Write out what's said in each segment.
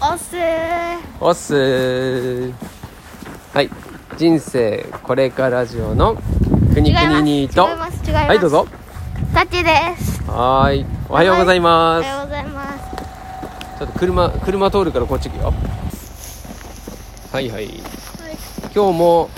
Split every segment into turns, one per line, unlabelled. おっすー
おっすーはい人生これからジオの
違
く
い
にく
ます
ににと
違います違います
はいどうぞ
タッチです
はーいおはようござい
お
ま
はようございます
すちょっと車車通るからこっち行くよはいはい今日も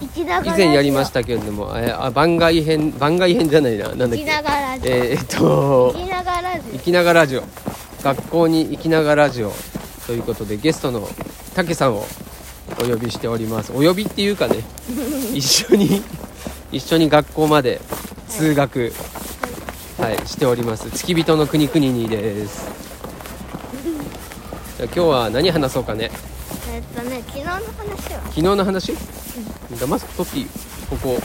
一長
以前やりましたけれどもえーあ番外編番外編じゃないななんだっけ
一長ラジオ
えーえっと
一長ラジ
行きながラジオ学校に行きながラジオということでゲストのたけさんをお呼びしておりますお呼びっていう かね一緒に一緒に学校まで通学はい、しております付き人の国国に ですじゃあ今日は何話そうかね
オえっとね昨日の話は
昨日の話ダマスク取っていいよここ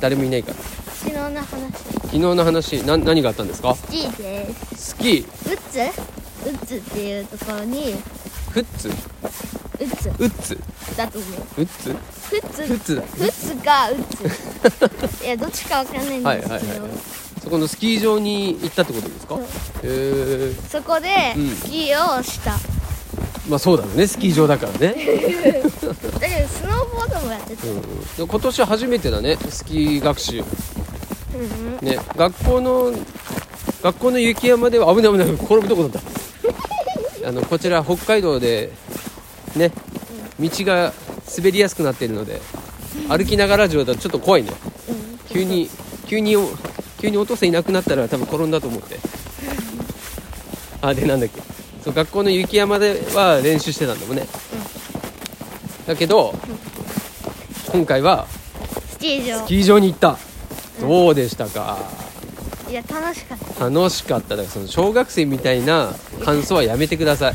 誰もいないから
昨日の話
昨日の話な何があったんですか
G です
スキー
ウッズウッズっていうところに
フッツ
ウッズ
ウッツ
だと思う
ウッツ
フッツ
フッツだ
フッツかウッ ズいやどっちかわかんないん
はい
です
は
け
い
ど、
はいそこのスキー場に行ったってことですか
そう
へえ
そこで
うん
スキーをした、
まあそうだろうねスキー場だからね、
だけどスノーボードもやってて、
うん、でも今年初めてだねスキー学習
うんうん、
ね学校の学校の雪山では危ない危ない転ぶとこ だったあのこちら北海道でね道が滑りやすくなっているので歩きながら上だとちょっと怖いね
うん
急に急に急にお父さんいなくなったら多分転んだと思ってあでなんだっけそう学校の雪山では練習してたんだもんね、だけど、今回は
スキー場
スキー場に行った、どうでしたか
いや楽しかった
楽しかっただからその小学生みたいな感想はやめてください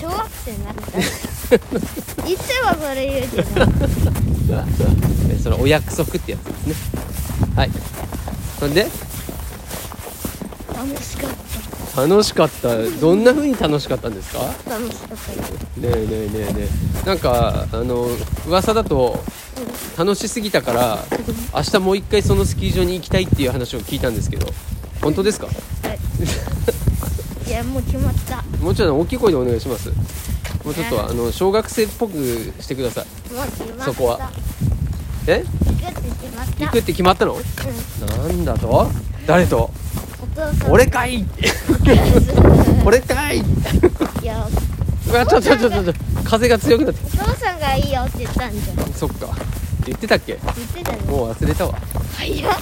小学生になったいつもそれ言うけど
えそのお約束ってやつですねはいそんで
楽しかった
楽しかったどんな風に楽しかったんですか
楽しかったよ
ねえねえねえねえなんかあの噂だと楽しすぎたから明日もう一回そのスキー場に行きたいっていう話を聞いたんですけど本当ですか
いやもう決まった
もうちょっと大きい声でお願いしますもうちょっとあの小学生っぽくしてください
もう決まった
そこはえ
行くって決まった
行くって決まったの
うん、
なんだと誰と
お父さん
俺かい 俺かい
いや
うわちょちょちょちょちょ風が強くなって
お父さんがいいよって言ったんじゃん
そっか言ってたっけ
言ってたね
もう忘れたわ
早っ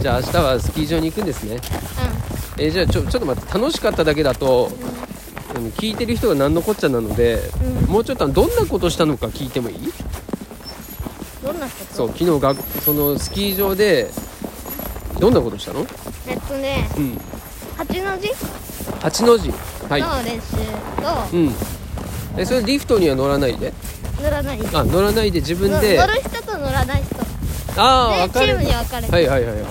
じゃあ明日はスキー場に行くんですね
う
えーじゃあちょちょっと待って楽しかっただけだと、うん聞いてる人が何のこっちゃなので、
うん
もうちょっとあのどんなことしたのか聞いてもいい
んどんなこと
そう昨日がそのスキー場でどんなことしたの、
えっとね
うん、
八の字
八の字はい、
の練習と
うん、えそれリフトには乗らないで
乗らない
あ乗らないで自分
乗
で
乗る人と乗らない人で
ああ分か
チ
れ
ー
る
ムに分かれて、
はいはいはいは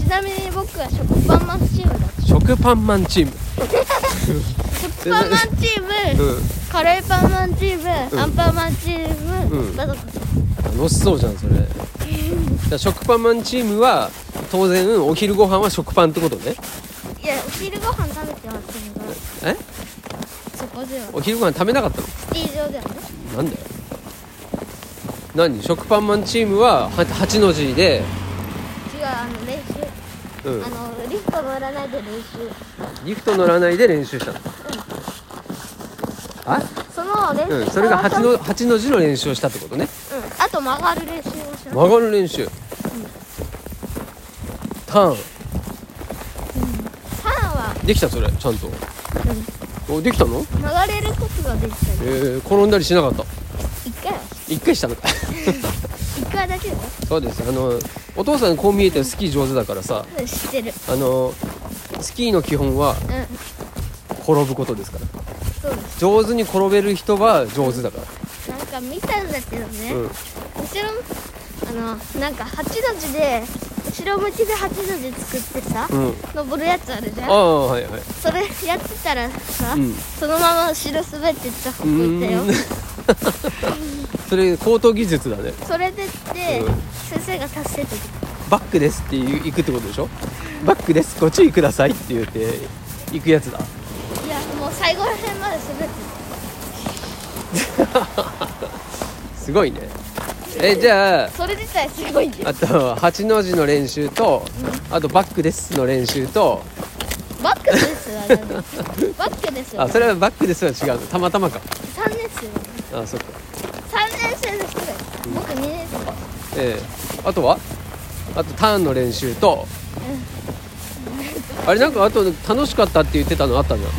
ちなみに僕は食パンマンチームだ
食パンマンチーム
食パンマンチーム、
うん
カレーパンマンチーム、
うん
アンパンマンチーム、
うん
だとかさ
楽しそうじゃんそれじゃあ食パンマンチームは当然お昼ご飯は食パンってことね
いやお昼ご飯食べてますけど
え
そこでは
お昼ご飯食べなかったの
スキー場ではね
なんだよ何食パンマンチームはは8の字で、
違うあの練習、
うん
あ、のリフト乗らないで練習
リフト乗らないで練習したの、あ
その練習、
うんそれが
そ
8
の
の八の字の練習をしたってことね
うん、あと曲がる練習もしよう
曲がる練習、
ターン
ターン
は、
できたそれちゃんと
う
おできたの
ん、曲がれることができたり
えー、転んだりしなかった
一回は
一回したのか
一回だけだよ
そうですあのお父さんこう見えてスキー上手だからさ
うん知ってる
あのスキーの基本は
うん
転ぶことですから
そうです
上手に転べる人は上手だから
なんか見たんだけどね、
うん
後ろあのなんか八の字で後ろ向きで八の字作ってさ、
うん
登るやつあるじ
あ
ゃん
あはいはい
それやってたらさ、
うん
そのまま後ろ滑ってった子いたよ
うーん それ高等技術だね
それでって、
うん
先生が達成でき
バックですっていう行くってことでしょバックですこっちにくださいって言って行くやつだ
いやもう最後ら辺まで滑って
すごいねえじゃあ
それ自体すごいんだよ
あと8の字の練習とあとバックですの練習と
バックですわでもバックですわ
あそれはバックですは違うのたまたまか
3年生
あそっか
3年生の人がいる僕2年生
ええあとはあとターンの練習とあれなんかあと楽しかったって言ってたのあったじゃん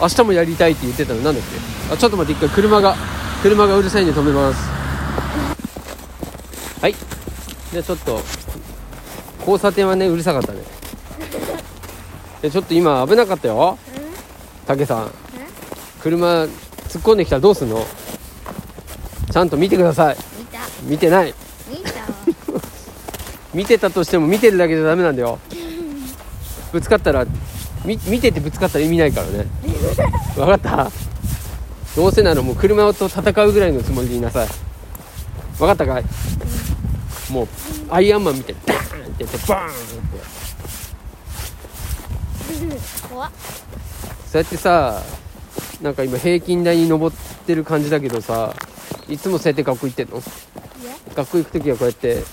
明日もやりたいって言ってたのなんだっけあちょっと待って一回車が車がうるさいんで止めますはいでちょっと交差点はねうるさかったねでちょっと今危なかったよ武さん車突っ込んできたらどうすんのちゃんと見てください
見た
見てない
見たわ
見てたとしても見てるだけじゃダメなんだよぶつかったらみ見ててぶつかったら意味ないからね分かったどうせならもう車と戦うぐらいのつもりでいなさい分かったかいもうアイアンマン見てダーンってやってバーンって
怖っ
そうやってさなんか今平均台に登ってる感じだけどさいつもそうやって学校行ってんの
いや
学校行く時はこうやって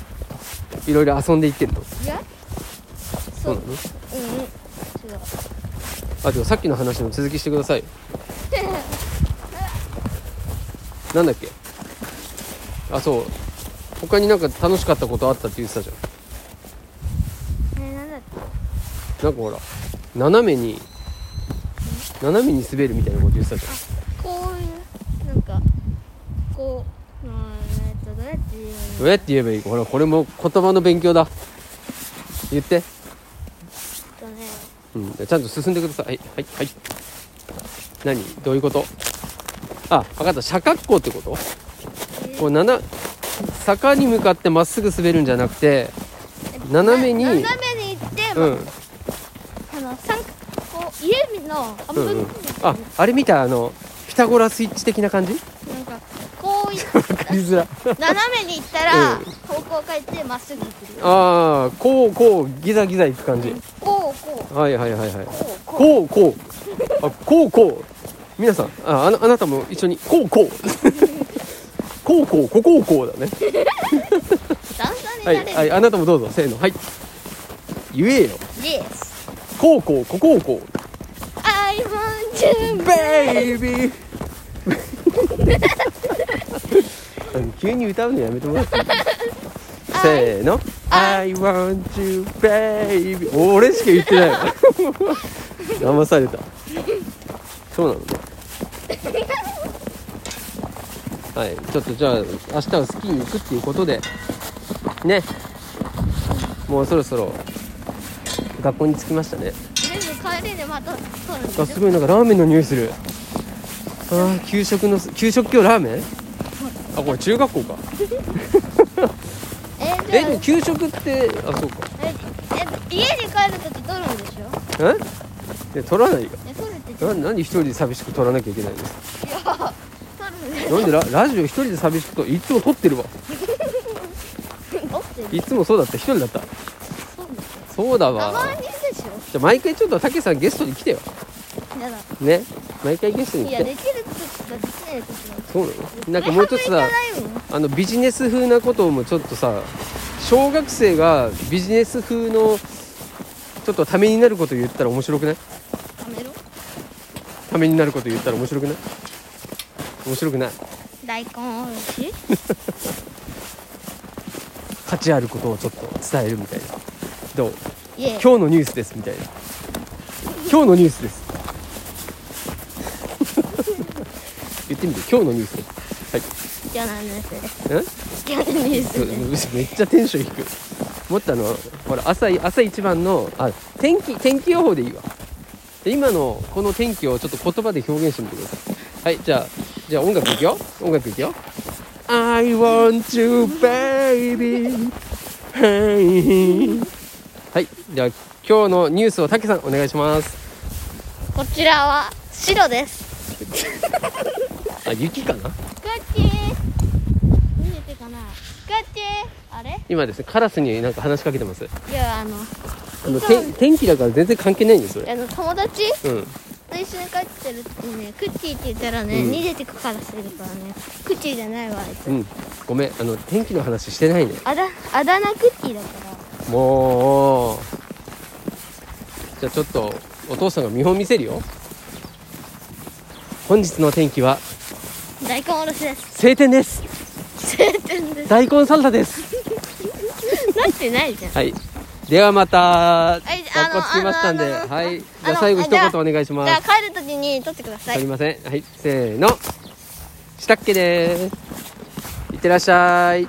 いろいろ遊んで行ってんの
いや
そ
そうう
な
う
の
んうん違う
あでもさっきの話の続きしてくださいなんだっけあそう他になんか楽しかったことあったって言ってたじゃん
えなんだっけ
なんかほら斜めに斜めに滑るみたいなこと言ってたじ
こういうなんかこううんえっとどうやって言うの
ゃんどうやって言えばいいかほらこれも言葉の勉強だ言って、
とね
うん、ちゃんと進んでくださいはいはいはい何どういうことあ分かった車格好ってこと
え
こうなな坂に向かってまっすぐ滑るんじゃなくて斜めに
な斜めに行って、
うん
あの三角こう家の半
うん
分
う
に
んああれ見たあのピタゴラスイッチ的な感じ
なんかこうい
分かりづら
斜めに行ったら、
うん
方向を変えてまっすぐ来るよ
ああこうこうギザギザいく感じ、
こうこう
はいはいはいはい
こうこ
こうこうあこうこう皆さんああなあなたも一緒にこうこうこうこうここうこうだね
う段差に
は、
ないれる、
はい、あなたもどうぞせーのはい言えよ
です
こうこうここうこう
I want to
ベイビー あの急に歌うのやめてもらっていいせーの I want you baby 俺しか言ってないわ 騙されたそうなのねはいちょっとじゃあ明日はスキーに行くっていうことでねもうそろそろ学校に着きましたね
全部帰りでまた撮るんでしょ
あすごいなんかラーメンの匂いするあー給食の給食今日ラーメンあこれ中学校か
えじ
え
ゃあ
でも給食ってあそうか
ええ家に帰るとき撮るんでしょ
えで取らないよ
え撮るって言
な
っ
なんで一人で寂しく撮らなきゃいけないんですか
ていや撮るんで
なんでララジオ一人で寂しくといつも撮ってるわ
撮ってる
いつもそうだった一人だった
そうなの
そうだ
た
わ
まにでしょ
じゃあ毎回ちょっと武さんゲストに来てよ
やだ
ね毎回ゲストに
い
来
や
て
できる時とできない時の
そうなのなんかもうちょっとさあのビジネス風なこともちょっとさ小学生がビジネス風のちょっとためになること言ったら面白くない
やめろ
ためになること言ったら面白くない面白くない
大根おろし
価値あることをちょっと伝えるみたいなどう
いえ
今日のニュースですみたいな今日のニュースです 言ってみて今日のニュースです
今日のニュースです
はいん
今日のニュース
そう
です
めっちゃテンション低いもっとあのほら朝い朝一番のあ天気天気予報でいいわで今のこの天気をちょっと言葉で表現してみてくださいはいじゃあじゃあ音楽いくよ音楽いくよ I want you baby hey. はいでは今日のニュースをたけさんお願いします
こちらは白です
あ雪か
こ
な
っち見えてかなこっちあれ
今ですねカラスになんか話しかけてます
いやあの
あのて天気だから全然関係ないんですそれ
あの友達
うん
と一緒に帰ってるってねクッチーって言ったらね、
うん
逃げてくからするからねクッチーじゃないわあいつ、
うんごめんあの天気の話してないね
あだあだ名クッチーだから
もうじゃあちょっとお父さんが見本見せるよ本日の天気は
大根おろしです
晴天です
晴天です
大根サラダです
なってないじゃん
はいではまた学
い
校着きましたんで
あのあの
はい
あ
じゃあ最後一言お願いしま
じゃあ
す
帰る時に取ってくださ
す
い
りませんはいせーのしたっけでーすいってらっしゃい